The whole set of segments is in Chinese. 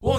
我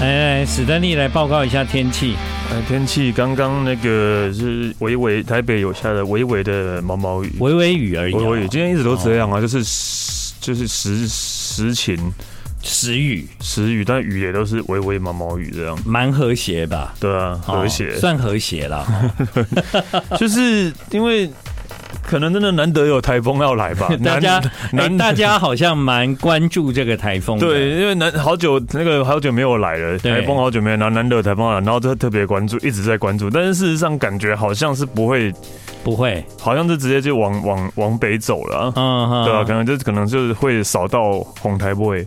哎，史丹利来报告一下天气。呃，天气刚刚那个是微微，台北有下了微微的毛毛雨，微微雨而已、微微雨，哦，今天一直都这样啊，就是时就是时时晴时雨，时雨，但雨也都是微微毛毛雨这样。蛮和谐吧，对啊，哦和谐，算和谐啦。，就是因为可能真的难得有台风要来吧 大家 难哎难大家好像蛮关注这个台风的， 对，因为南好久那个好久没有来了，对台风好久没有来，然后难得有台风来，然后就特别关注，一直在关注，但是事实上感觉好像是不会，不会，好像是直接就往往往北走了啊。嗯哼，对啊，可能就是可能就是会扫到红台不会，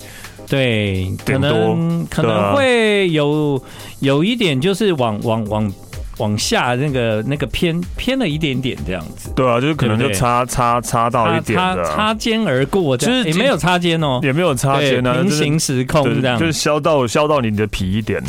对，可点多啊能可对能啊会有有一点就是往往往往下那个那个偏偏了一点点这样子，对啊，就是可能对就不对擦擦擦到一点擦的啊，擦肩而过这样，就是也没有擦肩哦，也没有擦对肩啊，平就是行时对空这样就，是削到削到你的皮一 点，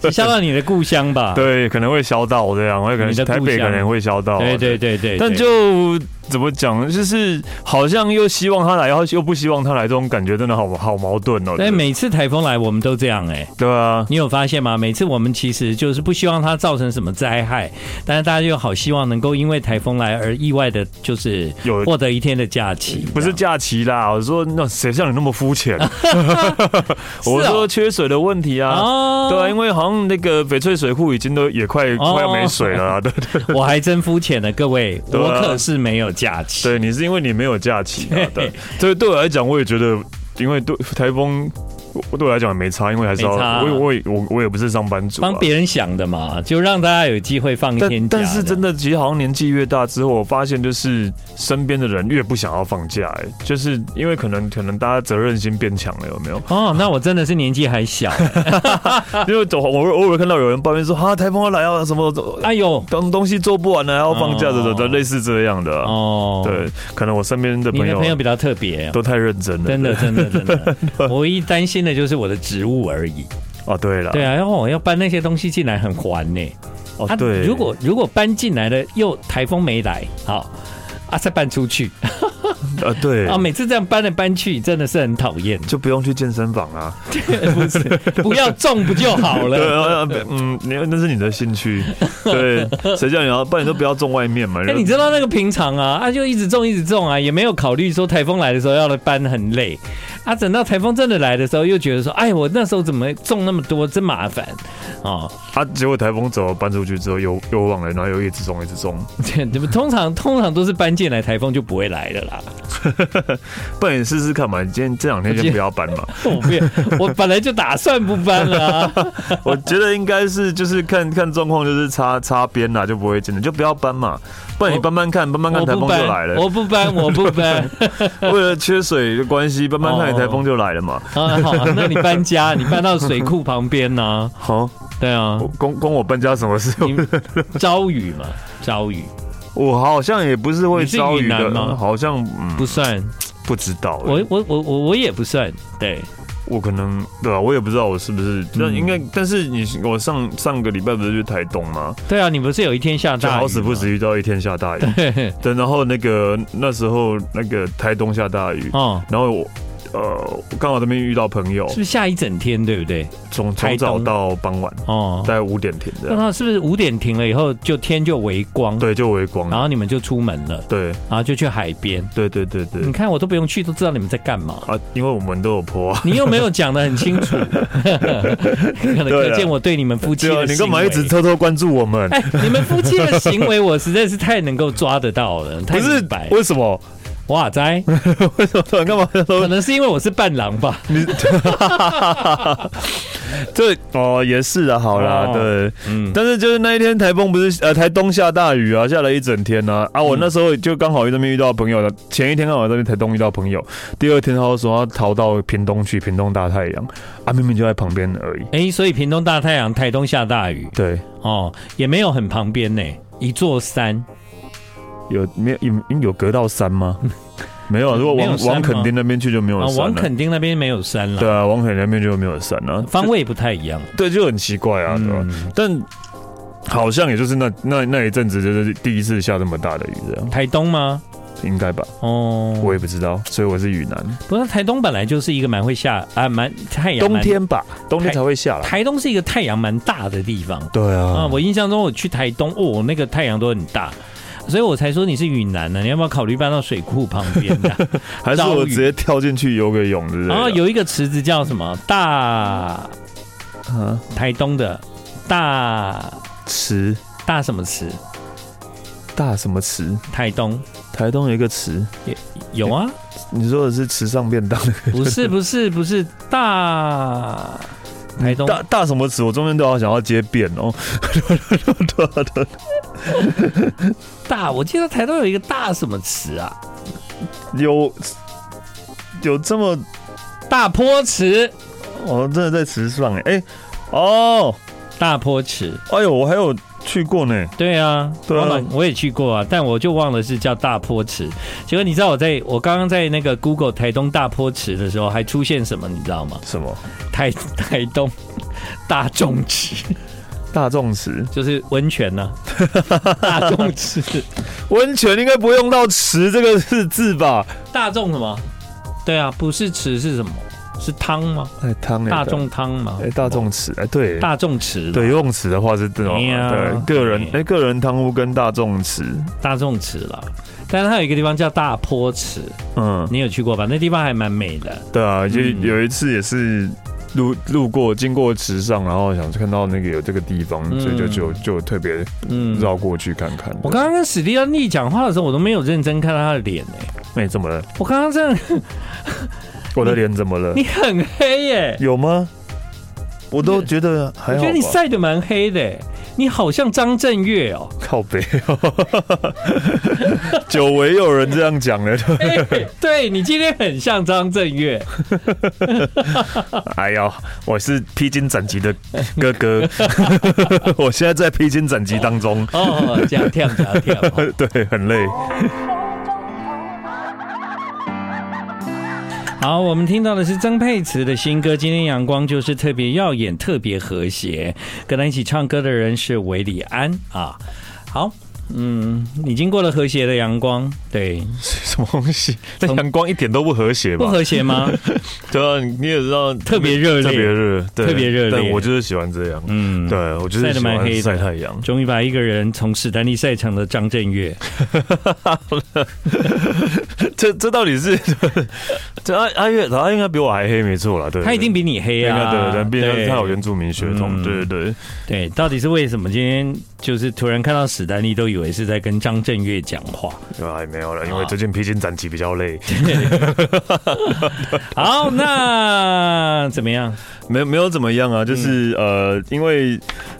对消到你的故乡吧，对，可能会削到这样，会可你的能故台北乡可能会削到，对对对对，但对就怎么讲，就是好像又希望他来，又又不希望他来，这种感觉真的好好矛盾哦。对哎每次台风来我们都这样哎、对啊，你有发现吗？每次我们其实就是不希望它造成什么灾害，但是大家又好希望能够因为台风来而意外的，就是有获得一天的假期。不是假期啦，我说那谁像你那么肤 浅？ 我说缺水的问题啊。哦，对啊，因为好像那个翡翠水库已经都也快、哦快要没水了、 啊，对对我还真肤浅了，各位， 对啊我可是没有假期。对，你是因为你没有假期、 啊，对对，所以对我来讲，我也觉得，因为对台风，我对我来讲也没差，因为还是要没差啊我我也我我也不是上班族、啊，帮别人想的嘛，就让大家有机会放一天但假。但是真的，的，其实好像年纪越大之后，我发现就是身边的人越不想要放假、哎，就是因为可能可能大家责任心变强了，有 没有？哦，那我真的是年纪还 小。因为总我偶偶尔看到有人抱怨说啊，台风要来啊，什么哎呦， 东东西做不完了，啊还要放假哦的，的类似这样的啊。哦，，对，可能我身边的你朋的友朋友比较特别。都太认真了，真的，真的，真的， 我唯一担心的就是我的职务而已。哦，对了，对啊，然后我要搬那些东西进来很烦呢、啊哦对，如果如果搬进来了又台风没来，好啊，再搬出去啊对。啊，每次这样搬来搬去真的是很讨厌 就不用去健身房啊，不是，不要中不就好对了？啊，啊嗯，你那是你的 兴趣，对，谁叫你要，不然你都不要种外面嘛。哎、你知道那个平常啊，啊就一直中一直中啊，也没有考虑说台风来的时候要来搬很累，啊，等到台风真的来的时候又觉得说，哎，我那时候怎么中那么多，真麻烦哦。 啊，结果台风走了搬出去之后又又忘了，然后又一直中一直中。这通常通常都是搬进来台风就不会来了啦。 不然你试试看嘛，你今天这两天先不 要搬嘛。我不要，我本来就打算不搬了、 啊。我觉得应该是就是看看状况，就是擦擦边啊啦，就不会真的就不要搬嘛。不然你我搬搬看，搬搬看我台风不就来搬，了。我不搬，我不 搬。为了缺水的关系，搬搬看哦你台风就来了嘛。啊，好，那你搬家，你搬到水库旁边呢、好，对啊我，关关我搬家什么事？你朝雨嘛，朝雨我好像也不是会你是遭云遇南吗的，好像嗯不算，不知道欸。我我我我我也不算，对，我可能对啊，我也不知道我是不是，但嗯应该但是你我上上个礼拜不是去台东吗？对啊，你不是有一天下就大雨，好死不死，遇到一天下大雨。对，然后那个那时候那个台东下大雨， 哦，然后我呃我刚好这边遇到朋友是，不是下一整天，对不对？从台东从早到傍晚，哦，大概五点停那的，他是不是五点停了以后，就天就微光，，对，就微光然，后你们就出门了，对然后就去海边。对对对对你看我都不用去，都知道你们在干嘛。啊，因为我们都有 坡啊，你又没有讲的很清 楚， 可能可见我对你们夫妻对啊，的你干嘛行为一直偷偷关注我们？哎，你们夫妻的行为，我实在是太能够抓得到了，太 不是明白。为什么？ 哇塞， 为什么突然干嘛偷偷可能是因为我是伴郎吧？你？这哦也是啊，好啦，哦对，嗯，但是就是那一天台风不是呃台东下大雨啊，下了一整天呢、嗯啊。啊，我那时候就刚好在那边遇到朋友了，前一天刚好在那边台东遇到朋友，第二天他就说他逃到屏东去，屏东大太阳啊，明明就在旁边而已。哎、所以屏东大太阳，台东下大雨对，哦，也没有很旁边呢，一座山。有没有有有隔到 山吗？没有啊，如果没有往山吗往垦丁那边去就没有啊，哦山了、往垦丁那边没有山了，对啊，往垦丁那边就没有山啊，方位不太一样。对，就很奇怪啊，对吧、嗯，但好像也就是那那那一阵子，就是第一次下这么大的雨，这样台东吗？应该吧？哦，我也不知道，所以我是雨男。不是台东本来就是一个蛮会下啊，蛮太阳。冬，天吧，冬天才会下来。台东是一个太阳蛮大的地方对啊。啊，我印象中我去台东，哦，那个太阳都很大。所以我才说你是云南的、你要不要考虑搬到水库旁边 的还是我直接跳进去游个泳之类的。然后有一个池子叫什么大啊台东的大池大什么池？大什么池？台东台东有一个池，有 啊？你说的是池上便当那个不是不是不是嗯大台东大大什么池？我中间都好想要接便哦。 对啊对啊大，我记得台东有一个大什么池啊？有有这么大坡池，我真的在池上哎、哎哦大坡池，哎呦我还有去过呢。对啊，对啊我老我也去过啊，但我就忘了是叫大坡池。结果你知道我在我刚刚在那个 Google 台东大坡池的时候，还出现什么，你知道吗？什么台台东 大众池，大众池？就是温泉 呢、大众池，温泉应该不会用到“池”这个字吧？大众什么？对啊，不是池是什么？是汤吗？哎汤哎大众汤吗哎、？大众池哎、对大众池，对，游泳池的话是这种哎呀对个人哎、哎个人汤屋跟大众池，大众池了。但是它有一个地方叫大坡池，嗯，你有去过吧？那地方还蛮美的。对啊，就嗯有一次也是路路过经过池上，然后想看到那个有这个地方，嗯所以就就就特别嗯，绕过去看看。我刚刚跟史蒂芬利讲话的时候，我都没有认真看到他的脸哎、没、怎么了，我刚刚真的，？我的脸怎么了你很黑耶、有吗？我都觉得我还觉好得你吧，晒得蛮黑的、哎你好像张震岳 哦、靠北、久违有人这样讲了。嘿嘿对你今天很像张震岳，哎呦，我是披荆斩棘的哥哥， 我现在在披荆斩棘当中，哦，这样跳这样跳， 对，很累。好，我们听到的是曾沛慈的新歌《今天阳光》，就是特别耀眼、特别和谐。跟他一起唱歌的人是韦礼安啊。好，嗯，已经过了和谐的阳光，对，什么东西？那从阳光一点都不和谐不吧？和谐吗？对啊，你也知道，特别热烈特别热，对特别热烈但我就是喜欢这样，嗯，对我就是晒得喜蛮欢黑的晒太阳。终于把一个人从史丹利赛场的张震岳，这这到底是 这阿阿月，他应该比我还黑，没错啦。对，他一定比你黑应该啊，对，但毕竟他有对原住民血统，嗯对对对。对，到底是为什么今天就是突然看到史丹利都以为是在跟张震岳讲话？哎，没有了，因为最近披荆斩棘比较累， 好，那怎么样？没有没有怎么嗯样啊，就是、呃，因为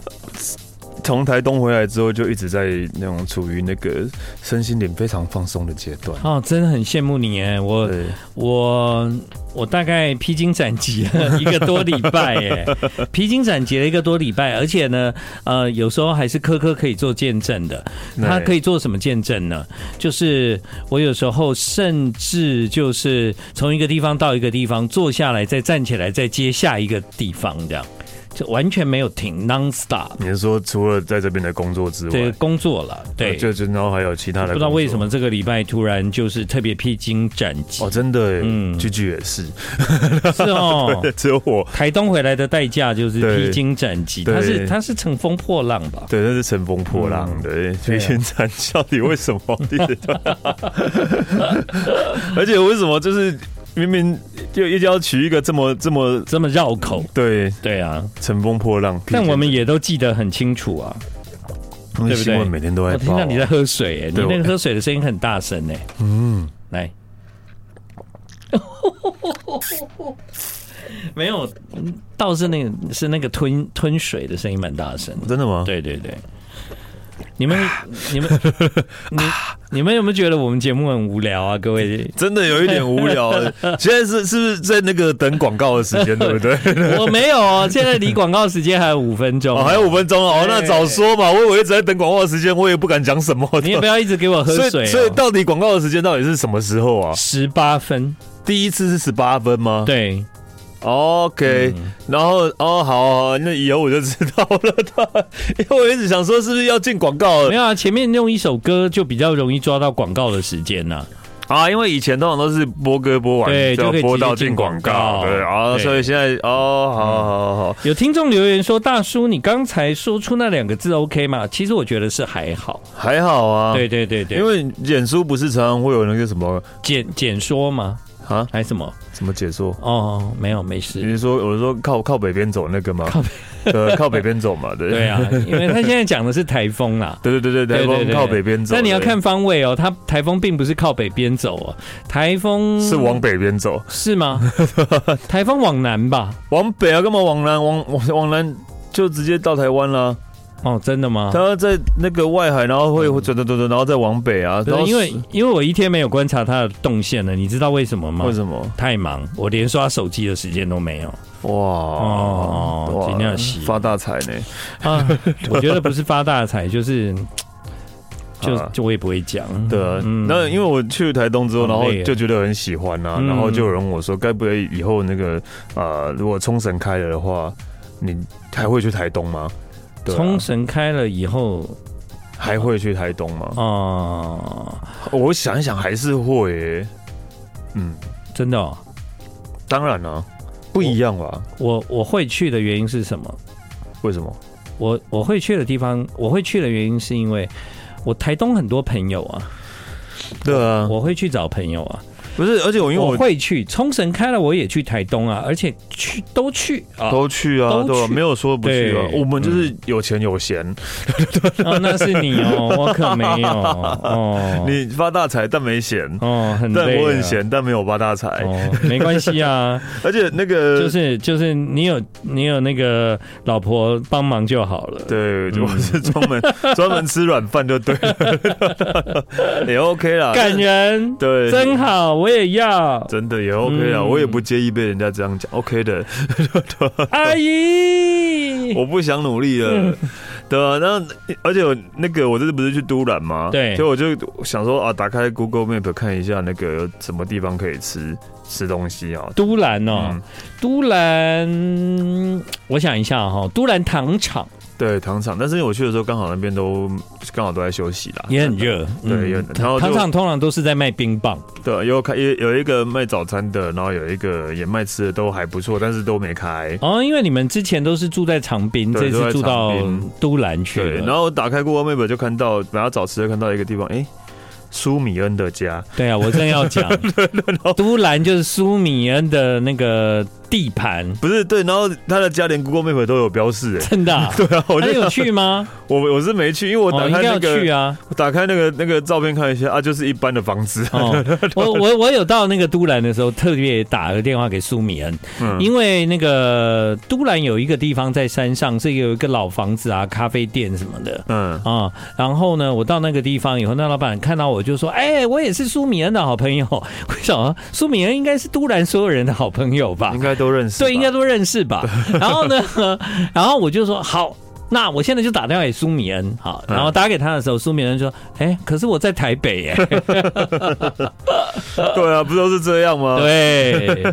呃从台东回来之后，就一直在那种处于那个身心灵非常放松的阶段。哦，真的很羡慕你哎，我对，我我大概披荆斩棘了一个多礼拜耶， 披荆斩棘了一个多礼拜，而且呢，呃，有时候还是科科可以做见证的。他对可以做什么见证呢？就是我有时候甚至就是从一个地方到一个地方坐下来，再站起来，再接下一个地方，这样就完全没有停，non stop。你是说除了在这边的工作之对，外，呃工作了，对，就就然后还有其他的，不知道为什。么这个礼拜突然就是特别披荆斩棘哦，，真的耶，嗯句句也是，是 哦。只有我，台东回来的代价就是对披荆斩棘，对他是他是乘风破浪吧？对，那是乘风破浪嗯的对啊披荆斩棘，到底为什么？ 而且为什么就是明明就一定要取一个这么这么这么绕口，对对啊，乘风破浪？但我们。们也都记得很清楚啊。哎那个对不新对闻每天都在我听报、啊到你在喝水、哎，你对我那个喝水的声音很大声欸 哎、嗯，来，没有，倒是那个是那个吞吞水的声音蛮大声的。真的吗？对对对，你们你 们你你们有没有觉得我们节目很无聊啊？各位，真的有一点 无聊。现在是是不是在那个等广告的时间，对不对？我没有哦，现在离广告时间还有五分钟、哦，还有五分钟哦，那早说嘛！我以为一直在等广告的时间，我也不敢讲什么。你也不要一直给我喝所以水、哦。所以到底广告的时间到底是什么时候啊？十八分，第一次是十八分吗？对，嗯 OK，、然后哦好好那以后我就知道了。 因为我一直想说是不是要进广告没有啊，前面用一首歌就比较容易抓到广告的时间呐、啊？因为以前通常都是播歌播完对就可以播到直接进进广告，广告对啊，对所以现在哦好好好好，有听众留言说：“大叔，你刚才说出那两个字 OK 吗？”其实我觉得是还好。还好啊。对对对对，因为演书不是常常会有那个什么简简说嘛，啊还什么？什么解说。哦，没有，没比事。如说，我说靠靠北边走那个嘛， 呃，靠北边走嘛，对对啊，因为他现在讲的是台风啦。对对对 对，台对风对靠北边走，但你要对看方位哦，它台风并不是靠北边走哦，台风是往北边走，是 吗？台风往南吧？往北啊，干嘛往南？往往往南就直接到台湾啦。哦，真的吗？他要在那个外海，然后会转转转转，然后再往北啊。不然后是嗯因为因为我一天没有观察它的动线了，你知道为什么吗？为什么？太忙，我连刷手机的时间都没有哇哦哇尽量洗发大财呢？啊！我觉得不是发大财， 就是就啊就我也不会讲。对啊，嗯那因为我去台东之后，很然后累啊就觉得很喜欢啊，嗯然后就有人问我说，该不会以后那个呃，如果冲绳开了的话，你还会去台东吗？对啊冲绳开了以后还会去台东吗？哦，我想一想，还是会耶。嗯，真的、哦，当然了，不一样吧？我我会去的原因是什么？为什么？我我会去的地方，我会去的原因是因为我台东很多朋友啊，对啊，我会去找朋友啊，不是，而且我因为我我会去冲绳开了，我也去台东啊，而且去都去啊，都去啊，都对吧？去没有说不去啊，对嗯我们就是有钱有闲，哦那是你 哦，我可没有哦，你发大财但没闲，哦很但累、啊，我很闲，但没有发大财。哦，没关系 啊，而且那个就是就是你有你有那个老婆帮忙就好了，对，我是专门嗯专门吃软饭就对了， 也 OK 啦。感人，啊对，真好，我也要，真的也 OK 啦，嗯我也不介意被人家这样讲 ，OK 的，阿姨，我不想努力嗯了。对啊，然后而且我那个我这次不是去都兰吗？对所以我就想说啊，打开 Google Map 看一下那个有什么地方可以吃吃东西啊。都兰哦，嗯都兰，我想一下哈、都兰糖厂对，糖厂，但是因为我去的时候刚好那边都刚好都在休息啦，也很热，嗯对也很然后就糖厂通常都是在卖冰棒，对，有开有有一个卖早餐的，然后有一个也卖吃的，都还不错，但是都没开。哦，因为你们之前都是住在长滨，这对次都住在长到滨都兰去对，然了，后我打开 Google Map 就看到，然后找吃的看到一个地方，哎、苏米恩的家，对啊，我正要 讲，都兰就是苏米恩的那个地盘，不是对，然后他的家连 Google Map 都有标示、诶 真的啊、对啊，我那就你有想去吗？我我是没去，因 为我哦，打应开该那要去个，啊！ 我打开那个那个照片看一下啊，就是一般的房子，哦，我我我有到那个都兰的时候，特别打个电话给苏米恩，嗯，因为那个都兰有一个地方在山上，是有一个老房子啊、咖啡店什么的。嗯，啊、然后呢，我到那个地方以后，那老板看到我就说：“哎、我也是苏米恩的好朋友。”我想说苏米恩应该是都兰所有人的好朋友吧应？该都认识吧，对，应该都认识吧？然后呢，然后我就说好。那我现在就打电话给苏米恩， 好，嗯然后打给他的时候，苏米恩就说：“哎、可是我在台北 耶。对啊，不都是这样”吗？对，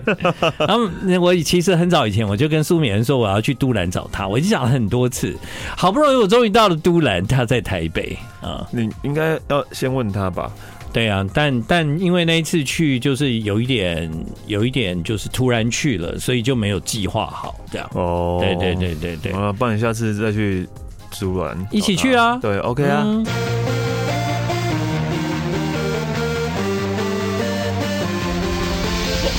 然后我其实很早以前我就跟苏米恩说我要去都兰找他，我已经讲了很多次，好不容易我终于到了都兰，他在台北啊、你应该要先问他吧，对啊，但但因为那一次去就是有一点有一点就是突然去了，所以就没有计划好这样。哦，对对对对对，啊，不然你下次再去竹兰一起去啊对，OK 啊。嗯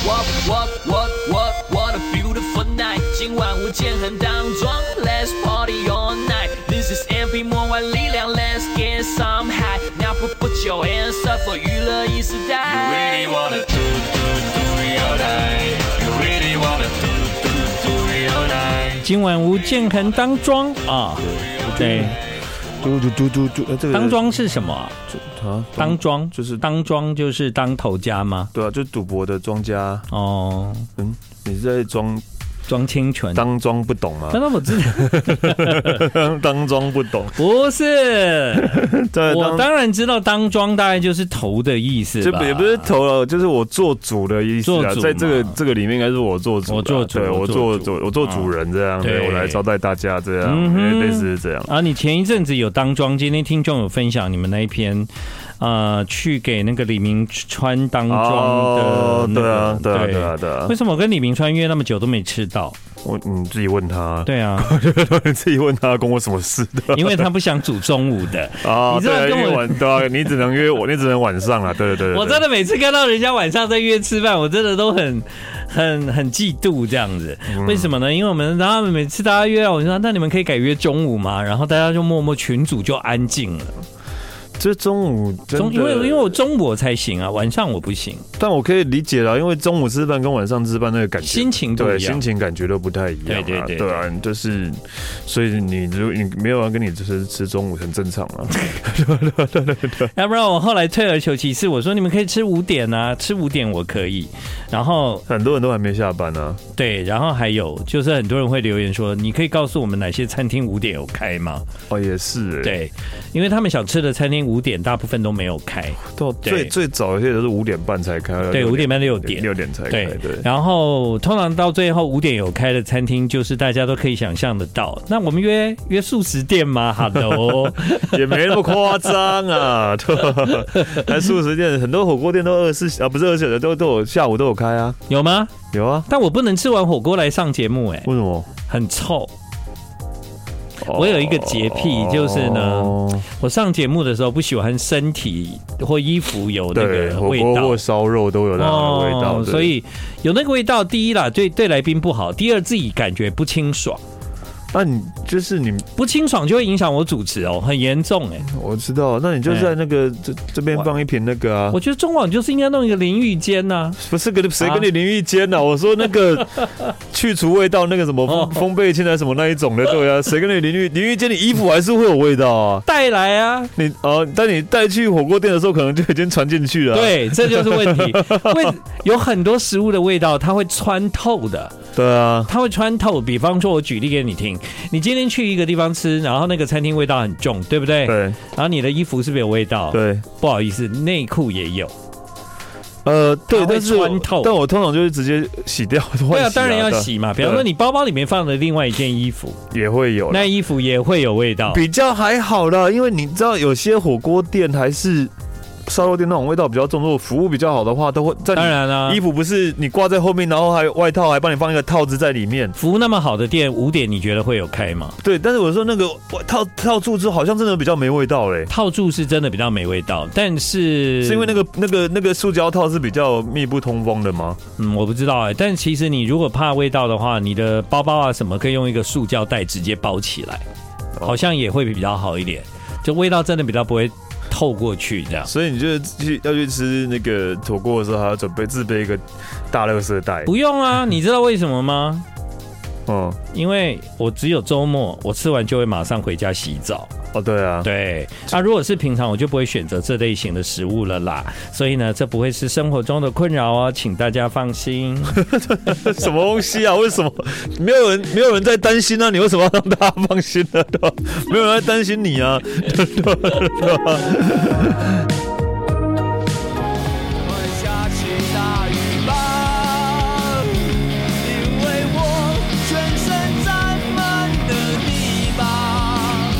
What what what what what a beautiful night！今晚无间很当庄，Let's party all night。This is MP 魔幻力量，Let's get some high。Now put put your hands up for 娱乐一时代。You really wanna do do do your night。You really wanna do 今晚吴建衡当庄啊，对，嘟嘟嘟嘟嘟，呃这个当庄是什么啊？啊，当庄就是当庄就是当头家吗？对啊，就赌博的庄家，哦，你是在装庄清泉。当庄不懂吗那？那我知道嗯 当庄不 懂，不 是，对，啊我当然知道当庄大概就是头的意思就吧，也不是投了，就是我做主的意思做啊，主在这个嘛这个里面应该是我做主啦，啊我做主对我我做做主啊主，我做主人这样，对对我来招待大家这嗯样，哼类似是这样。啊，你前一阵子有当庄，今天听众有分享你们那一篇，呃，去给那个李明川当庄的哦，那对个、啊，对啊，对啊，对啊为，什么我跟李明川约那么久都没吃到？我你自己问他，对啊， 你自己问他，关我什么事 的因为他不想煮中午的。啊你？知对道啊，因跟我为晚对啊，你只能约我，你只能晚上啊，对 对对，对我真的每次看到人家晚上在约吃饭，我真的都很、 很、很嫉妒这样子。嗯为什么呢？因为我们然后每次大家约啊，我就说那你们可以改约中午嘛，然后大家就默默群组就安静了。这中午真中的因为因为我中午我才行啊，晚上我不行，但我可以理解啦，因为中午吃饭跟晚上吃饭那个感觉心情不一样对心情感觉都不太一样、啊，对对对对啊，就是所以你如你没有人跟你就是吃中午很正常啊， 要不然我后来退而求其次，我说你们可以吃五点啊，吃五点我可以。然后很多人都还没下班啊呢、对，然后还有就是很多人会留言说，你可以告诉我们哪些餐厅五点有开吗？哦也是、欸，，对，因为他们想吃的餐厅五点大部分都没有开，到对最最早一些都是五点半才开，对，五点半六点。六点才开，对对，然后通常到最后五点有开的餐厅，就是大家都可以想象得到。那我们约约素食店吗？Hello， 也没那么夸张啊， 对吧，还素食店很多火锅店都二十四啊不是二十四小时都都有下午都有开啊，有吗？有啊，但我不能吃完火锅来上节目、哎，为什么？很臭。我有一个洁癖就是呢哦我上节目的时候不喜欢身体或衣服有那对，个火味锅道哦或。烧肉都有那样的味道，对所以有那个味道，第一啦，对对来宾不好；第二，自己感觉不清爽，那你就是你，不清爽就会影响我主持哦，很严重哎、我知道，那你就哎在那个这这边放一瓶那个啊我，觉得中网就是应该弄一个淋浴间呐、不是跟谁啊跟你淋浴间呐？我说那个 去除味道那个什么哦风风倍清还是什么那一种的，对啊，谁跟你淋浴淋浴间？你衣服还是会有味道啊。带来啊。你哦，但你带去火锅店的时候，可能就已经传进去了啊。对，这就是问 题。会有很多食物的味道，它会穿透的，对啊，它会穿透。比方说，我举例给你听，你今天去一个地方吃，然后那个餐厅味道很重，对不对？对然后你的衣服是不是有味道？，对。不好意思，内裤也有。呃，对它，会但是我穿透但我通常就是直接洗掉，对换啊，洗当然要对啊洗嘛。比方说，你包包里面放的另外一件衣服，也会有啦，那衣服也会有味道。比较还好啦，因为你知道有些火锅店还是烧肉店那种味道比较重，如果服务比较好的话，都会在你当然啊啦、衣服不是你挂在后面，然后还有外套还帮你放一个套子在里面。服务那么好的店，五点你觉得会有开吗？对，但是我说那个外套套住之后，好像真的比较没味道嘞、套住是真的比较没味道，但是是因为那个那个那个塑胶套是比较密不通风的吗？嗯，我不知道哎、但其实你如果怕味道的话，你的包包啊什么可以用一个塑胶袋直接包起来，哦好像也会比较好一点，就味道真的比较不会透过去这样。所以你就是去要去吃那个火锅的时候，还要准备自备一个大垃圾袋。不用啊，你知道为什么吗？嗯，因为我只有周末，我吃完就会马上回家洗澡。哦，对啊，对，那、如果是平常，我就不会选择这类型的食物了啦。所以呢，这不会是生活中的困扰哦，请大家放心。什么东西啊？为什么没有人没有人在担心啊？你为什么要让大家放心呢、对吧？没有人在担心你啊？快下起大雨吧，因为我全身沾满了泥巴。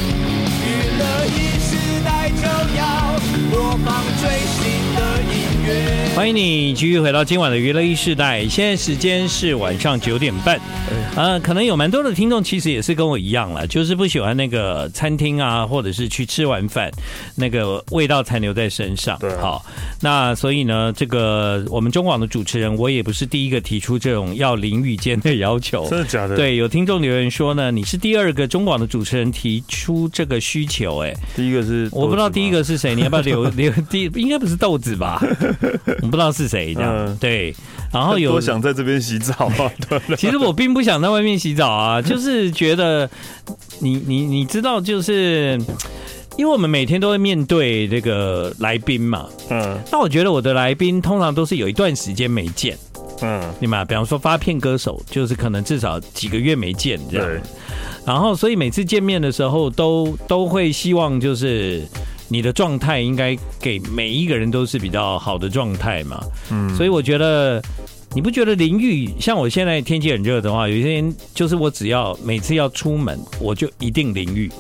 娱乐一时代就要播放最新的音乐。欢迎你继续回到今晚的娱乐一世代，现在时间是晚上九点半。哎呃，可能有蛮多的听众其实也是跟我一样啦，就是不喜欢那个餐厅啊，或者是去吃完饭那个味道残留在身上。对啊好，那所以呢，这个我们中广的主持人，我也不是第一个提出这种要淋浴间的要求。的假的对，有听众留言说呢，你是第二个中广的主持人提出这个需求、哎，第一个是啊我不知道第一个 个是谁，你要不要留留第？应该不是豆子吧？我不知不到是谁这样。嗯对，然后有多想在这边洗澡啊，对不对其实我并不想在外面洗澡 啊，就是觉得你你你知道，就是因为我们每天都会面对这个来宾嘛。嗯那我觉得我的来宾通常都是有一段时间没见，嗯，你们、啊、比方说发片歌手，就是可能至少几个月没见这样对。，然后所以每次见面的时候都都会希望就是。你的状态应该给每一个人都是比较好的状态嘛，嗯，所以我觉得，你不觉得淋浴像我现在天气很热的话，有些人就是我只要每次要出门，我就一定淋浴。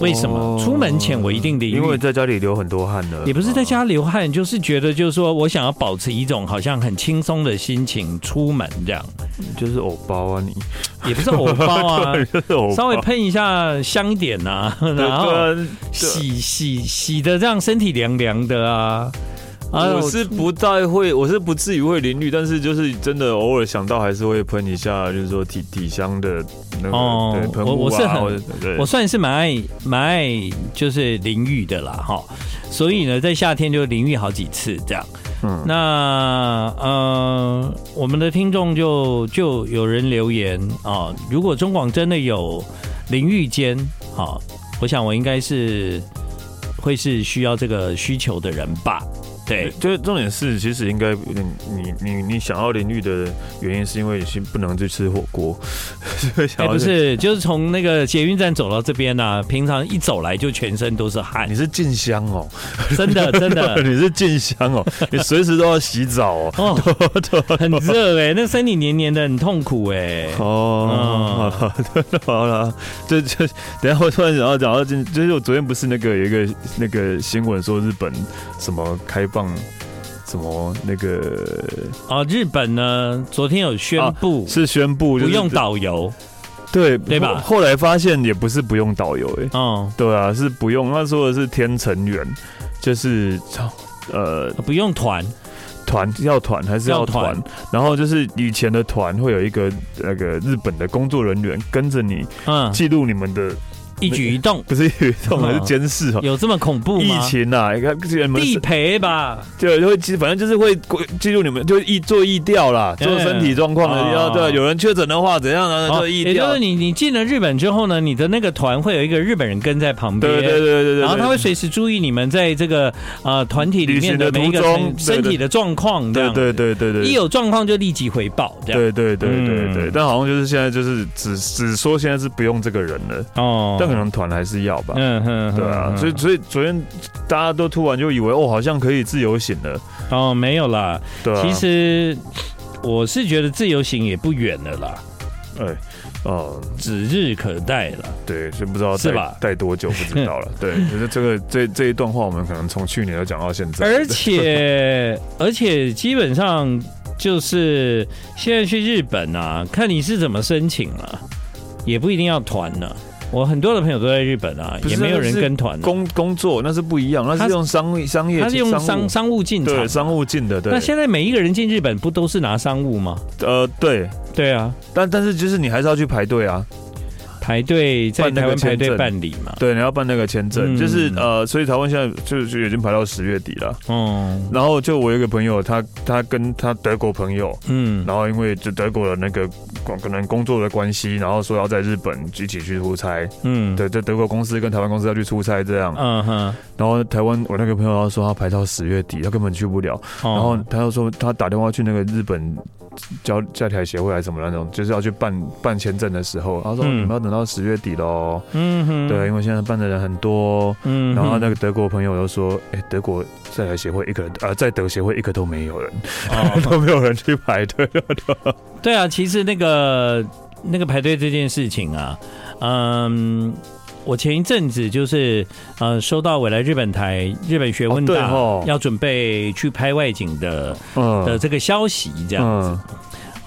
为什么？哦出门前我一定淋浴，因为在家里流很多汗了，也不是在家流汗，就是觉得就是说我想要保持一种好像很轻松的心情出门这样，嗯，就是藕包啊，你也不是偶包啊。 就是藕包，稍微喷一下香一点啊，对然后对啊洗洗洗的让身体凉凉的啊。啊我是不太会，我是不至于会淋浴，但是就是真的偶尔想到还是会喷一下，就是说体体香的那个、哦对喷我雾我是啊，很或者对我算是蛮爱蛮爱就是淋浴的啦哈，所以呢，在夏天就淋浴好几次这样。嗯那呃，我们的听众就就有人留言啊、如果中广真的有淋浴间啊、我想我应该是会是需要这个需求的人吧。对，哎就是重点是，其实应该你你你你想要淋浴的原因，是因为你是不能去吃火锅， 所以哎、想要不去，是，就是从那个捷运站走到这边呢、平常一走来就全身都是汗 你，是静香哦，真 的真的。你是静香 哦，你随时都要洗澡哦。嗯哦， 很热哎、那身体黏黏的，很痛苦哎、嗯哦，好了， 好了，这这，等一下我突然想到讲到进，就是我昨天不是那个有一个那个新闻说日本什么开放什么那个哦，日本呢，昨天有宣布、啊是宣布、就不是、用导游，对对吧后后来发现也不是不用导游哎、欸哦、对啊，是不用，他说的是天成员，就是呃不用团，团要团还是要要团团，然后就是以前的团会有一个那个日本的工作人员跟着你嗯，记录你们的。一举一动，不是有一种哦是监视哦。有这么恐怖疫吗？情啊，你看你们地陪吧，就会记，反正就是会记录你们，就疫做疫调啦，对做身体状况的，哦要对，有人确诊的话怎样呢？哦做疫也就调是。你你进了日本之后呢，你的那个团会有一个日本人跟在旁边，对对对对对对，然后他会随时注意你们在这个呃团体里面的旅行每一个的途中成对身体的状况，这对样对对对对一对。有状况就立即回报，这样对对对对对嗯，但好像就是现在就是只只说现在是不用这个人了，哦但可能团还是要吧，嗯哼哼对啊，哼所以所以昨天大家都突然就以为哦，好像可以自由行了，哦没有啦，对啊，其实我是觉得自由行也不远了啦，哎，哦，指日可待了。对，是不知道是待吧待多久不知道了。对，就是这个这这一段话，我们可能从去年就讲到现在。而 且而且基本上就是现在去日本啊，看你是怎么申请了、也不一定要团呢、我很多的朋友都在日本啊，不也是没有人那是跟团、啊，工工作那是不一样，那他是用商商业他是用务商商务进场对。商务进的，对那，现在每一个人进日本不都是拿商务吗？呃对，对啊，但但是就是你还是要去排队啊，排队在办那台个湾排签队证办理嘛。对，你要办那个签证，嗯就是呃，所以台湾现在就就已经排到十月底了。哦，然后就我有一个朋友，他他跟他德国朋友，嗯，然后因为就德国的那个可能工作的关系，然后说要在日本一起去出差，嗯，，对，在德国公司跟台湾公司要去出差这样，嗯哼，然后台湾我那个朋友他说他排到十月底，他根本去不了。哦然后他又说他打电话去那个日本交教台协会还是什么那种，就是要去办办签证的时候，他说、嗯你们要等到十月底喽。嗯哼，对，因为现在办的人很多。嗯哼，然后那个德国朋友又说，哎，德国在台协会一个人，呃，在德协会一个都没有人，哦 都没有人去排队。对啊，其实那个那个排队这件事情啊，嗯，我前一阵子就是呃收到未来日本台日本学问哦对大、哦要准备去拍外景的的 嗯这个消息，这样、嗯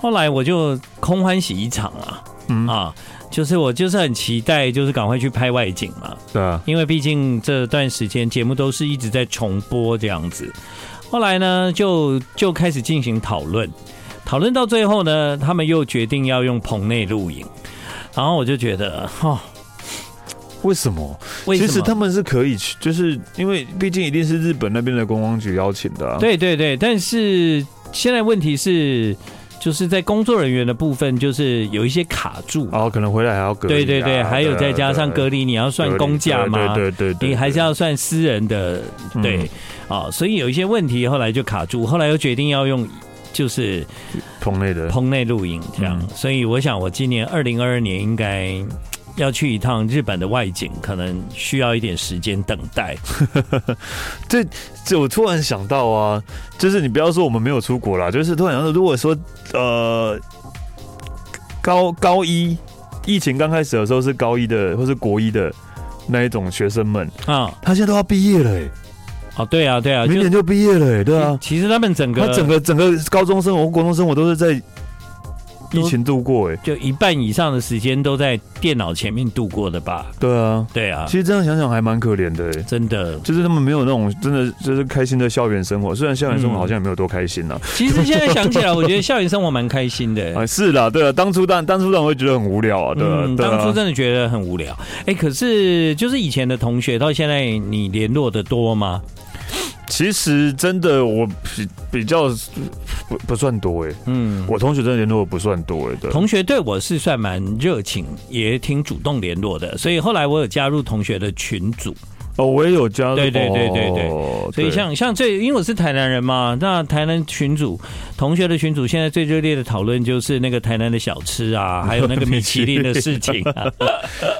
后来我就空欢喜一场啊嗯，啊。就是我就是很期待，就是赶快去拍外景嘛，对啊，因为毕竟这段时间节目都是一直在重播这样子。后来呢，就就开始进行讨论，讨论到最后呢，他们又决定要用棚内录影，然后我就觉得，哦，为什么？为什么？其实他们是可以去，就是因为毕竟一定是日本那边的观光局邀请的、啊。，对对对，但是现在问题是，就是在工作人员的部分，就是有一些卡住。然后可能回来还哦要隔离啊、对对对，还有再加上对隔离，你要算公假吗？对对对对对你还是要算私人的，嗯对，啊、所以有一些问题后来就卡住，后来又决定要用就是棚内的。棚内露营这样，嗯所以我想我今年二零二二年应该嘖要去一趟日本的外景，可能需要一点时间等待。这我突然想到啊，就是你不要说我们没有出国啦，就是突然想到，如果说呃高高一疫情刚开始的时候是高一的或是国一的那一种学生们，啊、他现在都要毕业了、欸，哦，对啊，对啊，明就年就毕业了、欸，对啊，其实他们整个他整个整个高中生活、国中生活都是在疫情度过、欸，哎，就一半以上的时间都在电脑前面度过的吧？对啊，对啊其，实这样想想还蛮可怜的、欸，真的。就是他们没有那种真的就是开心的校园生活，虽然校园嗯生活好像也没有多开心啊啦、其实现在想起来，我觉得校园生活蛮开心的、啊，是啦，对啊，当初当当初让我会觉得很无聊啊，对啊，嗯，对啊当初真的觉得很无聊。哎、可是就是以前的同学，到现在你联络的多吗？其实真的我比比较不不算多哎、嗯，我同学真的联络的不算多哎、对，同学对我是算蛮热情，也挺主动联络的，所以后来我有加入同学的群组。哦，我也有加入，对对对对对哦所以像像这，因为我是台南人嘛，那台南群主同学的群主现在最热烈的讨论就是那个台南的小吃啊，还有那个米其林的事情 啊，对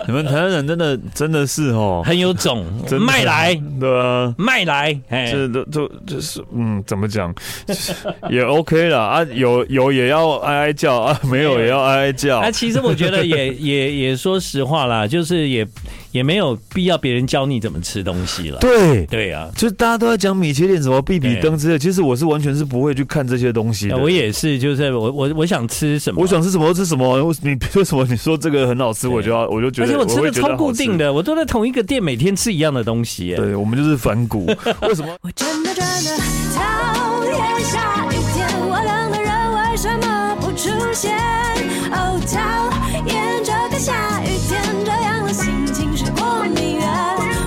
你们台湾人真的真的是哦，很有种，真的卖来 对啊。卖来，哎，这都都就是嗯，怎么讲， 也 OK 啦啊，有有也要哀哀叫啊，没有也要哀哀叫啊，，其实我觉得 也也也说实话啦，就是也也没有必要别人教你怎么吃东西了。对，对啊，就大家都在讲米其林什么必比登之类，其实我是完全是不会去看这些东西的。哎我也是，就是我我我想吃什么，我想吃什么就吃什么，我你 为什么你说这个很好吃，对我就要我就觉而得，且我吃会的觉得超好固吃定。的，我都在同一个店每天吃一样的东西耶。对我们就是 反骨，为什么我真的真的讨厌下雨天，我冷的人为什么不出现？哦，讨厌这个下雨天，这样的心情是过敏源。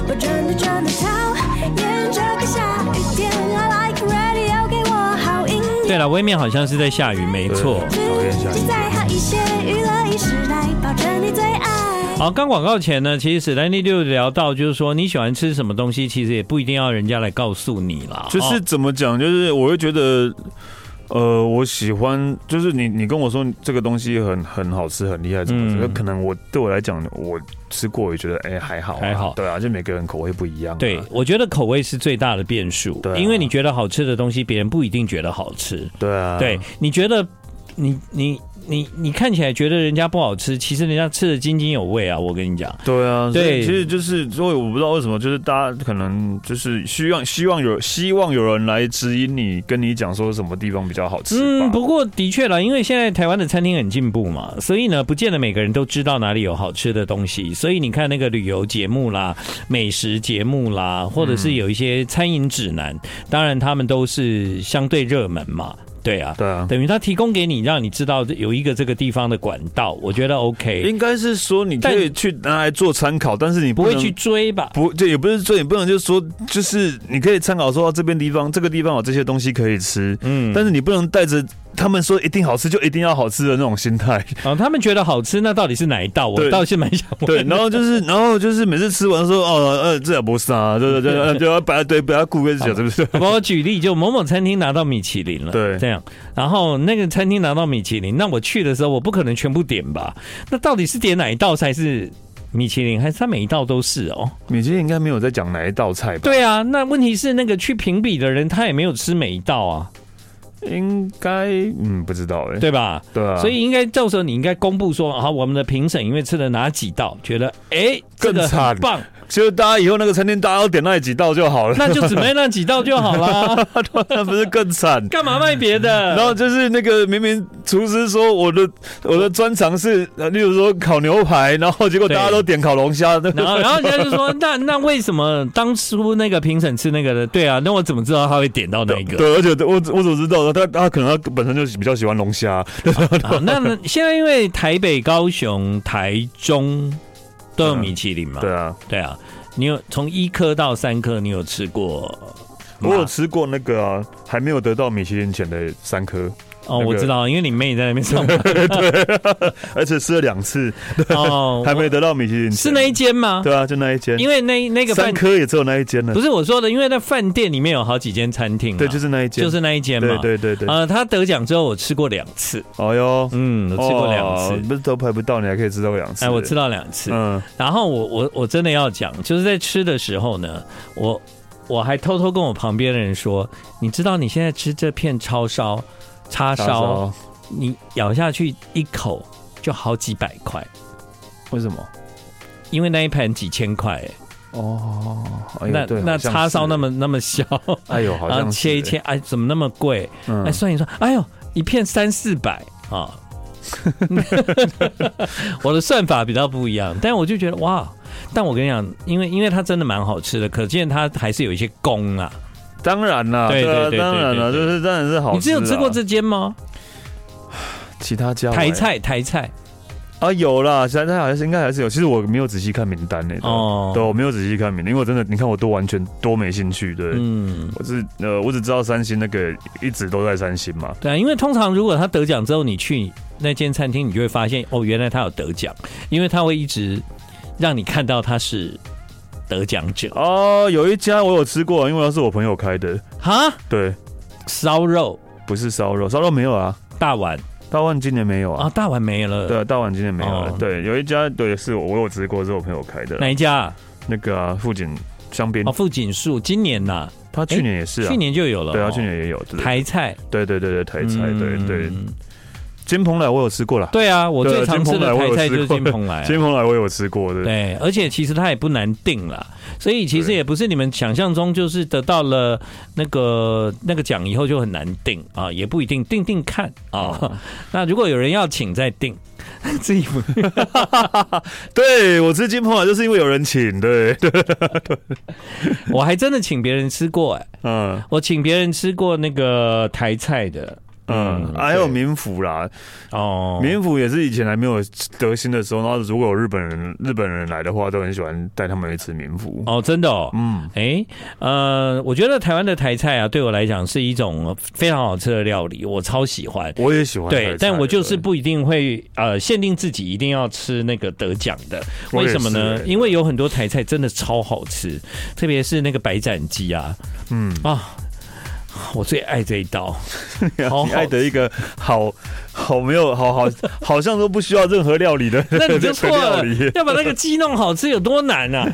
我真的真的讨厌这个下雨天，I like radio，给我好音乐。对了，外面好像是在下雨，没错。讨厌下雨天再好一些，娱乐一时代，保证你最爱。好，刚广告前呢，其实史丹利就聊到，就是说你喜欢吃什么东西，其实也不一定要人家来告诉你啦。就是哦怎么讲？就是我会觉得，呃，我喜欢，就是你你跟我说这个东西很很好吃，很厉害，怎么嗯怎么，可能我对我来讲，我吃过，我觉得哎、还好啊、还好对啊，就每个人口味不一样、啊，对，我觉得口味是最大的变数，对啊因为你觉得好吃的东西，别人不一定觉得好吃。对啊，对，你觉得你你你你看起来觉得人家不好吃，其实人家吃的津津有味啊！我跟你讲，对啊，所以对其实就是，所以我不知道为什么，就是大家可能就是希望希望有希望有人来指引你，跟你讲说什么地方比较好吃吧。嗯，不过的确啦，因为现在台湾的餐厅很进步嘛，所以呢，不见得每个人都知道哪里有好吃的东西。所以你看那个旅游节目啦、美食节目啦，或者是有一些餐饮指南，当然他们都是相对热门嘛。对啊，对啊，等于他提供给你，让你知道有一个这个地方的管道，我觉得 OK，应该是说你可以去拿来做参考，但是你不能会去追吧？不就也不是说你不能就说，就是你可以参考说、啊这边地方这个地方有这些东西可以吃，嗯但是你不能带着他们说一定好吃就一定要好吃的那种 心态。哦，他们觉得好吃，那到底是哪一道？我对倒是蛮想问。对，然后就是， 然后就是每次吃完说，哦，呃，这也不是啊，对对对，就要把对不要顾跟讲，对不 对？ 我举例，就某某餐厅拿到米其林了，对这样，然后那个餐厅拿到米其林，那我去的时候，我不可能全部点吧？那到底是点哪一道才是米其林？还是它每一道都是哦？米其林应该没有在讲哪一道菜吧？对啊，那问题是那个去评比的人，他也没有吃每一道啊，应该嗯不知道哎、对吧？对啊，所以应该到时候你应该公布说，啊，我们的评审因为吃了哪几道，觉得哎、这个更惨很棒，就是大家以后那个餐厅大家都点那几道就好了，那就只卖那几道就好 啦，那不是更惨？干嘛卖别的？ 然后就是那个明明厨师说我的我的专长是，呃例如说烤牛排，然后结果大家对都点烤龙虾， 对然后，然后人家就说：“那那为什么当初那个评审吃那个的？对啊，那我怎么知道他会点到那一个？对，而且我我怎么知道呢？他他可能他本身就比较喜欢龙虾，啊啊那现在因为台北、高雄、台中、都有米其林嘛？对啊，对啊，你有从一颗到三颗，你有吃过吗？我有吃过那个啊，还没有得到米其林前的三颗，哦，那个我知道，因为你妹在那边上 班而且吃了两次，哦，还没得到米其林前。是那一间吗？对啊，就那一间，因为那那个饭三颗也只有那一间呢不。是我说的，因为那饭店里面有好几间餐厅嘛，啊对，就是那一间，就是那一间嘛对。对对对。呃，他得奖之后我吃过两次，哦哟，嗯，我吃过两次。哦不是都排不到，你还可以吃到两次。哎，我吃到两次，嗯，然后我我我真的要讲，就是在吃的时候呢，我我还偷偷跟我旁边的人说，你知道你现在吃这片叉烧，叉叉烧，你咬下去一口就好几百块，为什么？因为那一盘几千块、哎哦，哎呦那对那好像叉烧是那么那么小，哎呦，好然像后切一是切，，哎，怎么那么贵？哎，嗯，算一算，哎呦，一片三四百啊！ 我的算法比较不一样，但我就觉得哇！但我跟你讲，因为因为它真的蛮好吃的，可见它还是有一些功啊。当然啦，对啊对对当然对啦，对就是当然是好吃啊。你只有吃过这间吗？其他家台菜台菜啊？有啦，其他家好像是应该还是有。其实我没有仔细看名单呢，哦，对，哦，我没有仔细看名单，因为我真的，你看我都完全都没兴趣，对。嗯，我是呃，我只知道三星那个一直都在三星嘛，对啊，因为通常如果他得奖之后，你去那间餐厅，你就会发现哦，原来他有得奖，因为他会一直让你看到他是得奖者哦，有一家我有吃过，因为那是我朋友开的，哈，对，烧肉不是烧肉，烧肉没有啊，大碗大碗今年没有啊，啊，大碗没了，对，大碗今年没有了，哦对，有一家对是我我有吃过，是我朋友开的，哪一家啊？那个啊，富锦香槟哦，，富锦树今年呐、他去年也是啊，去年就有了、对啊，哦去年也有，对台菜，对对对对台菜，对对嗯金鹏来我有吃过啦，对啊，我对最啊常金吃鹏来的我台菜有吃就是过金鹏来啊、 金鹏来我有吃过的，对，而且其实它也不难定啦，所以其实对也不是你们想象中，就是得到了那个那个奖以后就很难定啊，也不一定定定看啊。哦 那如果有人要请再定， 自己不对我吃金鹏来就是因为有人请，对 对，我还真的请别人吃过哎、嗯我请别人吃过那个台菜的嗯，嗯还有民府啦，哦，民府也是以前还没有得新的时候，然后如果有日本人日本人来的话，都很喜欢带他们去吃民府，哦，真的哦，嗯，哎，呃，我觉得台湾的台菜啊，对我来讲是一种非常好吃的料理，我超喜欢。我也喜欢台菜，对，但我就是对不一定会呃限定自己一定要吃那个得奖的，我为也什么呢是？欸因为有很多台菜真的超好吃，特别是那个白斩鸡啊嗯，啊，我最爱这一 道。好好你爱的一个好好没有好好好像都不需要任何料理的， 那你就错料了理，要把那个鸡弄好吃有多难 啊！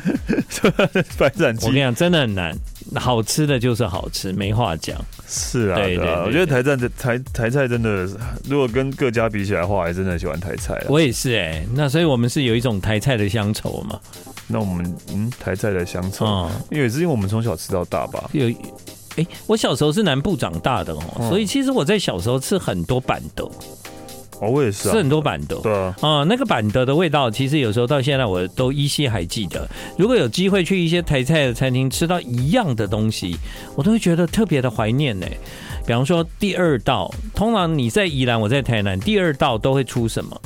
白斩我跟你鸡讲，真的很难。好吃的就是好吃，没话讲。是啊，对对对啊，对我觉得台站的台台菜真的，如果跟各家比起来的话，还真的喜欢台菜啊。我也是哎、那所以我们是有一种台菜的乡愁嘛。那我们嗯，台菜的乡愁，哦、因为也是因为我们从小吃到大吧。有，哎、我小时候是南部长大的哦，嗯所以其实我在小时候吃很多板豆，哦，我也是吃啊很，多板豆。对啊，啊、那个板豆的味道，其实有时候到现在我都依稀还记得。如果有机会去一些台菜的餐厅吃到一样的东西，我都会觉得特别的怀念呢。比方说第二道，通常你在宜兰，我在台南，第二道都会出什么？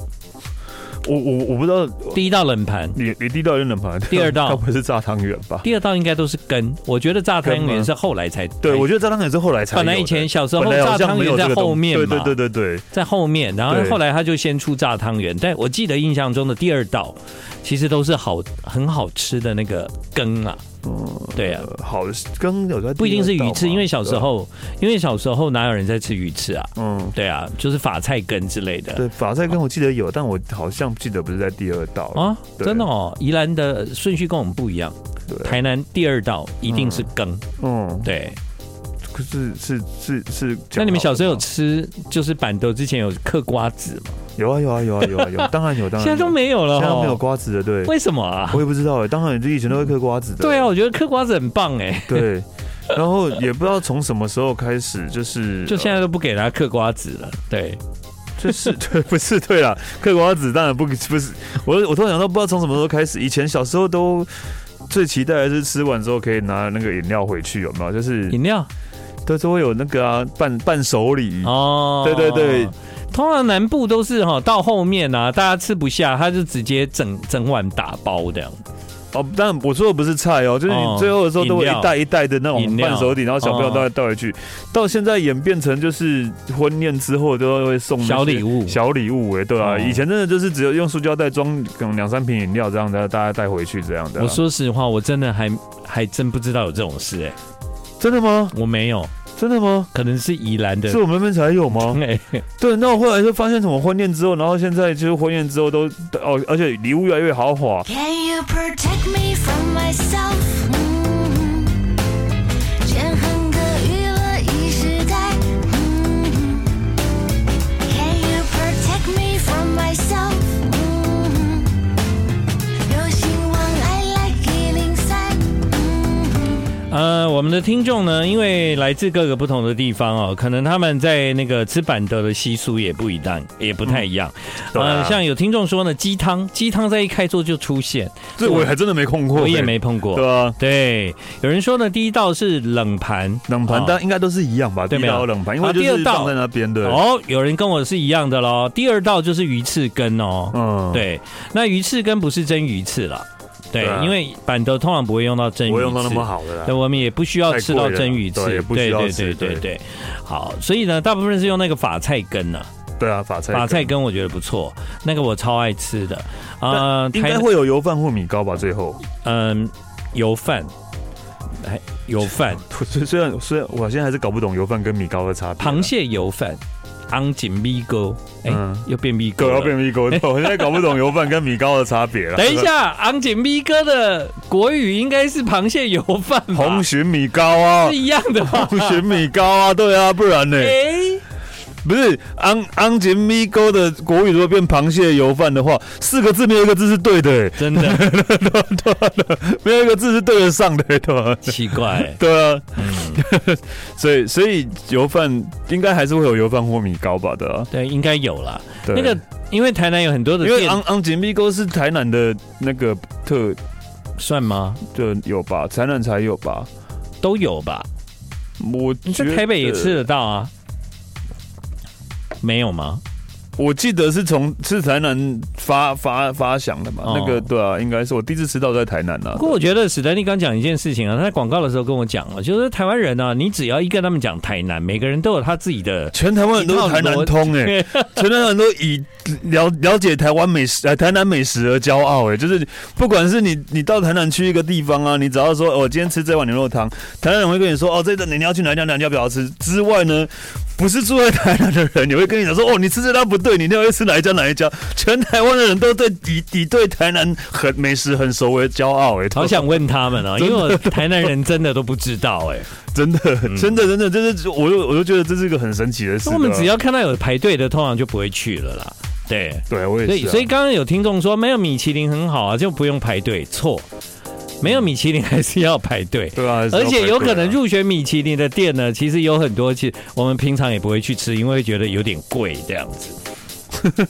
我我我不知道第一道冷盘，你你第一道就冷盘， 第二 道它不是炸汤圆吧？第二道应该都是根。我觉得炸汤根圆吗是后来才对，才我觉得炸汤圆是后来才有本的。来以前小时候本来炸好像汤没圆有这在个东后面对嘛，对对对对，在后面，然后对后来他就先出炸汤圆，但我记得印象中的第二道，其实都是好很好吃的那个羹啊，嗯，对啊，呃好羹有在不一定是第二鱼道啊翅，吗因为小时，候，因为小时候哪有人在吃鱼翅啊？对啊嗯。对啊，就是法菜羹之类的对，法菜羹我记得有，但我好像记得不是在第二道啊。啊，对真的哦，宜兰的顺序跟我们不一样，对台南第二道一定是羹，嗯，对。可是是是是。那你们小时候有讲吃就是板豆之前有嗑瓜子吗？好的吗有啊有啊有啊有啊有，当然有，当然有现在都，没有了，现在都没有哦，瓜子的，对。为什么啊我？也不知道哎，当然就以前都会嗑瓜子的。对啊，，我觉得嗑瓜子很棒哎。对。然后也不知道从什么时候开始，就是就现在都不给他嗑瓜子了。对，就是 对，不是对啦，嗑瓜子当然不不是，我我突然想到，不知道从什么时候开始，以前小时候都最期待的是吃完之后可以拿那个饮料回去，有没有？就是饮料都是会有那个啊伴伴手礼，哦，对对对，通常南部都是哈到后面啊，大家吃不下，他就直接整整碗打包这样。哦，但我说的不是菜哦，就是哦你最后的时候都会饮料一袋一袋的那种饮料伴手礼，然后小朋友哦都会带回去。到现在演变成就是婚宴之后都会送那些小礼物小礼物哎、对啊，哦以前真的就是只有用塑胶袋装可能两三瓶饮料这样的，大家带回去这样的啊。我说实话，我真的还还真不知道有这种事哎、真的吗？我没有，真的吗？可能是宜兰的是。我们那边才有吗？ 哎，对，那我后来就发现什么婚宴之后，然后现在就是婚宴之后都哦，而且礼物越来越豪华， Can you protect me from myself？嗯，Mm-hmm. 权衡各娱乐一时代。嗯，Can you protect me from myself？嗯，Mm-hmm. 流行王 I like 一零三。Mm-hmm. 呃，我们的听众呢，因为来自各个不同的地方哦，可能他们在那个吃板德的习俗也不一样，也不太一样。对啊呃，像有听众说呢，鸡汤，鸡汤在一开桌就出现，这我还真的没空过、我也，没碰过。哦对啊，对，有人说呢，第一道是冷盘，冷盘哦，但应该都是一样吧？对第没一有道冷盘，因啊为就第二是道放在那边的。哦，有人跟我是一样的喽。第二道就是鱼翅羹哦，嗯，对，那鱼翅羹不是蒸鱼翅了，对，对啊因为板德通常不会用到蒸鱼不翅，会用到那么好的对，啦。我们也不需要吃到蒸鱼翅太贵了对也，不需要对吃对对对对。好，所以呢，大部分是用那个法菜根呢、对啊，法菜法菜根我觉得不错，那个我超爱吃的。呃，应台该南会有油饭或米糕吧？最后， 嗯、油饭，哎，油饭，虽虽然虽然我现在还是搞不懂油饭跟米糕的差别啊。螃蟹油饭，昂紧米糕，哎、嗯又变米糕狗了要变米糕，我现在搞不懂 油饭跟米糕的差别了。等一，下，昂紧咪哥的国语应该是螃蟹油饭吧？红鲟米糕啊是，一样的吧？红鲟米糕啊，对啊，不然呢？ 哎，不是昂昂杰米糕的国语，如果变螃蟹油饭的话，四个字没有一个字是对 的、欸，真的啊 没有一个字是对得上的、欸，对吧？奇怪。对啊，嗯 所以所以油饭应该还是会有油饭或米糕吧的、啊。对，应该有啦。对那个，因为台南有很多的因为店昂，昂杰米糕是台南的那个特算吗？就有吧，台南才有吧。都有吧？我你觉在得台北也吃，得到啊？没有吗？我记得是从是台南发发发祥的嘛，哦那个对啊，应该是我第一次吃到在台南啊不。过我觉得史丹利刚讲一件事情啊，他在广告的时候跟我讲了，就是台湾人呢、啊，你只要一跟他们讲台南，每个人都有他自己的全台湾人都是台南通哎、 一全台湾人都以了了解台湾美食、呃台南美食而骄傲哎、就是不管是你你到台南去一个地方啊，你只要说哦，今天吃这碗牛肉汤，台南人会跟你说哦，这个你要去哪一家，哪一家比较好吃。之外呢，不是住在台南的人也会跟你讲说哦，你吃这家不对，你一定要去吃哪一家哪一家。全台湾的人都对以以对台南很美食很熟为骄傲哎、好想问他们 啊，因为我台南人真的都不知道 哎、 真的真的真的，这是我就我就觉得这是一个很神奇的事。我们对啊只要看到有排队的，通常就不会去了啦。对，对我也是、所啊，以所以刚刚有听众说没有米其林很好啊，就不用排队。错，没有米其林还是要排队。对啊，而且有可能入。入选米其林的店呢，其实有很多，其实我们平常也不会去吃，因为会觉得有点贵这样 子。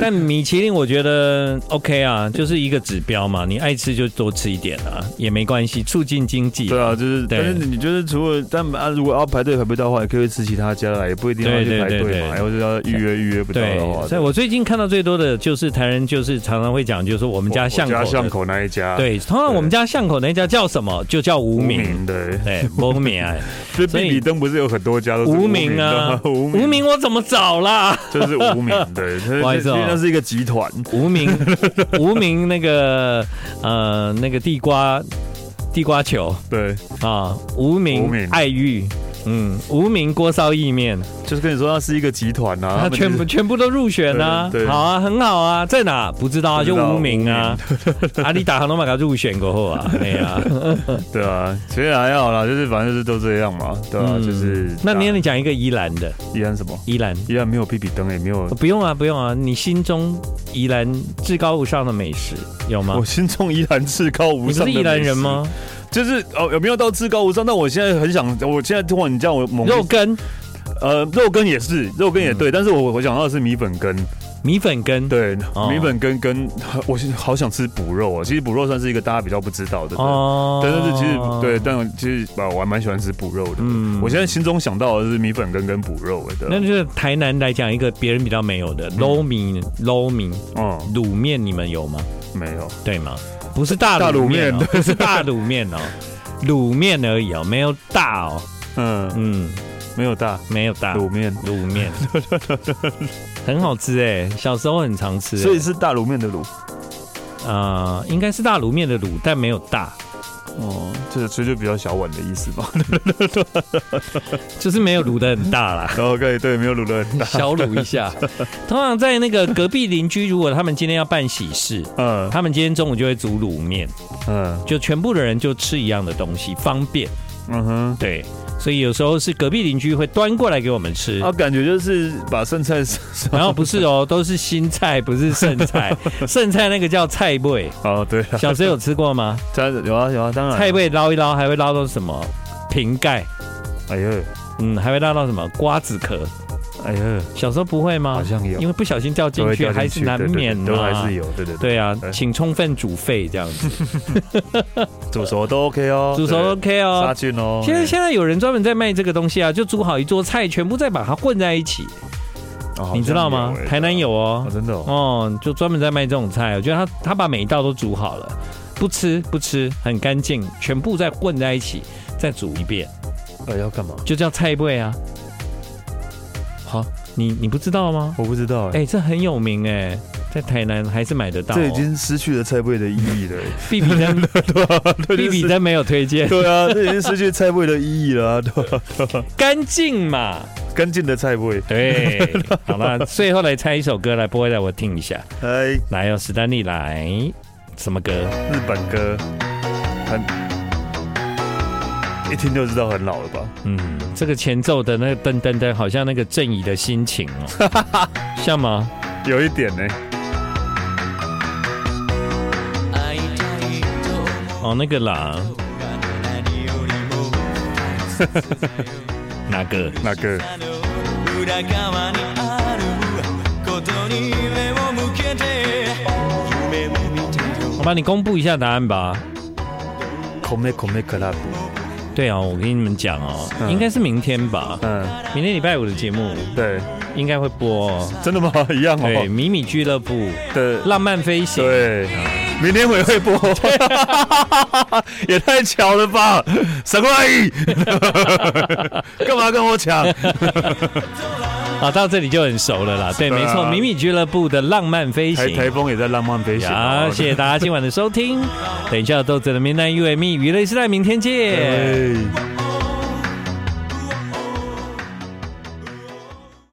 但米其林我觉得 OK 啊，就是一个指标嘛，你爱吃就多吃一点啊，也没关系，促进经济。对啊，就是，对但是你就是除了但啊，如果要排队排不到的话，也可以吃其他家啦，也不一定要对对去排对队嘛，对或者要预约预约不到对的话，，所以我最近看到最多的就是台人，就是常常会讲，就是我们我家巷口我的家巷口啊那一家，对，通常我们家巷口那家叫什么？就叫无无名。名的，对，无名啊，所以所以避里 灯不是有很多家都是无名名啊的， 无无名，我怎么找 啦？就是无名 的，所以不好意思哦因为那是一个集团，无名，无名那个呃那个地瓜地瓜球对，啊，无无名名爱玉，嗯，无名锅烧意面，就是跟你说它是一个集团啊，他们就是全部全部都入选啊对，对好啊，很好啊，在哪不知道啊，不就知道无名 啊，阿里打航都马卡入选过后啊，哎呀，对啊，其实还好啦，就是反正就是都这样嘛，对啊，嗯就是那你你讲一个宜兰的，依然什么，宜兰。依然没有避比灯，也没有 哦。不用啊，不用啊！你心中宜兰至高无上的美食有吗我？心中依然至高无你不上的是宜兰美食人吗？就是哦，有没有到至高无上？但我现在很想，我现在听完你这样，我猛肉羹嗯呃肉羹也是肉羹也对，但是我我想到的是米粉羹，米粉羹，对，哦米粉跟跟， 我现在好想吃补肉哦。其实补肉算是一个大家比较不知道的，对哦但是其实对，但其实啊，我还蛮喜欢吃补肉的。嗯我现在心中想到的是米粉羹跟补肉的。那对就是台南来讲一个别人比较没有的捞米捞米嗯，卤面，你们有吗？没有，对吗？不是大大卤卤面、面哦，不是大卤面 哦，卤面而已哦，没有大哦，嗯，嗯，没有大没有大卤面，卤 面，很好吃哎，小时候很常吃哎，所以是大卤面的卤。呃，应该是大卤面的卤，但没有大，哦，这所以就比较小碗的意思嘛。 就是没有卤的很大啦。然后哦可以对，没有卤的很 大。小卤一下， 通常在那个隔壁邻居，如果他们今天要办喜事，嗯他们今天中午就会煮卤面，嗯就全部的人就吃一样的东西，方便。嗯哼。对，所以有时候是隔壁邻居会端过来给我们吃，啊，感觉就是把剩菜 然后不是哦，都是新菜，不是剩 菜，剩菜那个叫菜味。哦，对啊，小时候有吃过吗？ 家有啊有啊，当然菜味捞一捞，还会捞到什么瓶盖，哎呦嗯，还会捞到什么瓜子壳。哎呦，小时候不会吗？好像有啊因为不小心掉进都会去，掉还进是去难对对对免啊都嘛还是有，对对对啊，对请充分煮沸这样子，煮熟都 OK 哦，煮熟 OK 对杀哦。菌哦。现在现在有人专门在卖这个东西啊，就煮好一桌菜，全部再把它混在一起，哦你知道吗？台南有，好哦像哎哦，真的哦，哦，就专门在卖这种菜。我觉得他他把每一道都煮好了，不吃不吃，很干净，全部再混在一起，再煮一遍，呃，要干嘛？就叫菜味啊。好，你你不知道吗？我不知道哎，哎、这很有名哎、在台南还是买得到、哦。这已经失去了菜味的意义了， 比比 登比对比登没有推荐， 对 啊，这已经失去菜味的意义了啊， 对吧？干净嘛。干净的菜味， 对，好了，最后来猜一首歌来播让我听一下。哎，来哦，史丹利来，什么歌？日本歌，很，一听就知道很老了吧？嗯，这个前奏的那个噔噔噔，好像那个郑怡的心情哦， 像吗？有一点呢，会いたいと哦，那个啦，思うが何よりも大切だよ哪个？那个あの裏側にあることに目を向けて夢を見てる我帮你公布一下答案吧。 Come Come Club，对啊，我跟你们讲哦，嗯应该是明天吧，嗯，明天礼拜五的节目对，应该会播哦。真的吗？一样对，哦，米米俱乐部，对。浪漫飞行。对，明天我 也会播，也太巧了吧！傻瓜， 干嘛跟我抢？啊，到这里就很熟了啦。对，对啊没错，迷你俱乐部的浪漫飞台台行。风也在浪漫飞行好，哦。谢 E，谢大家今晚的收听。等一下，豆子的闽南语味密娱乐时代，明天见。对。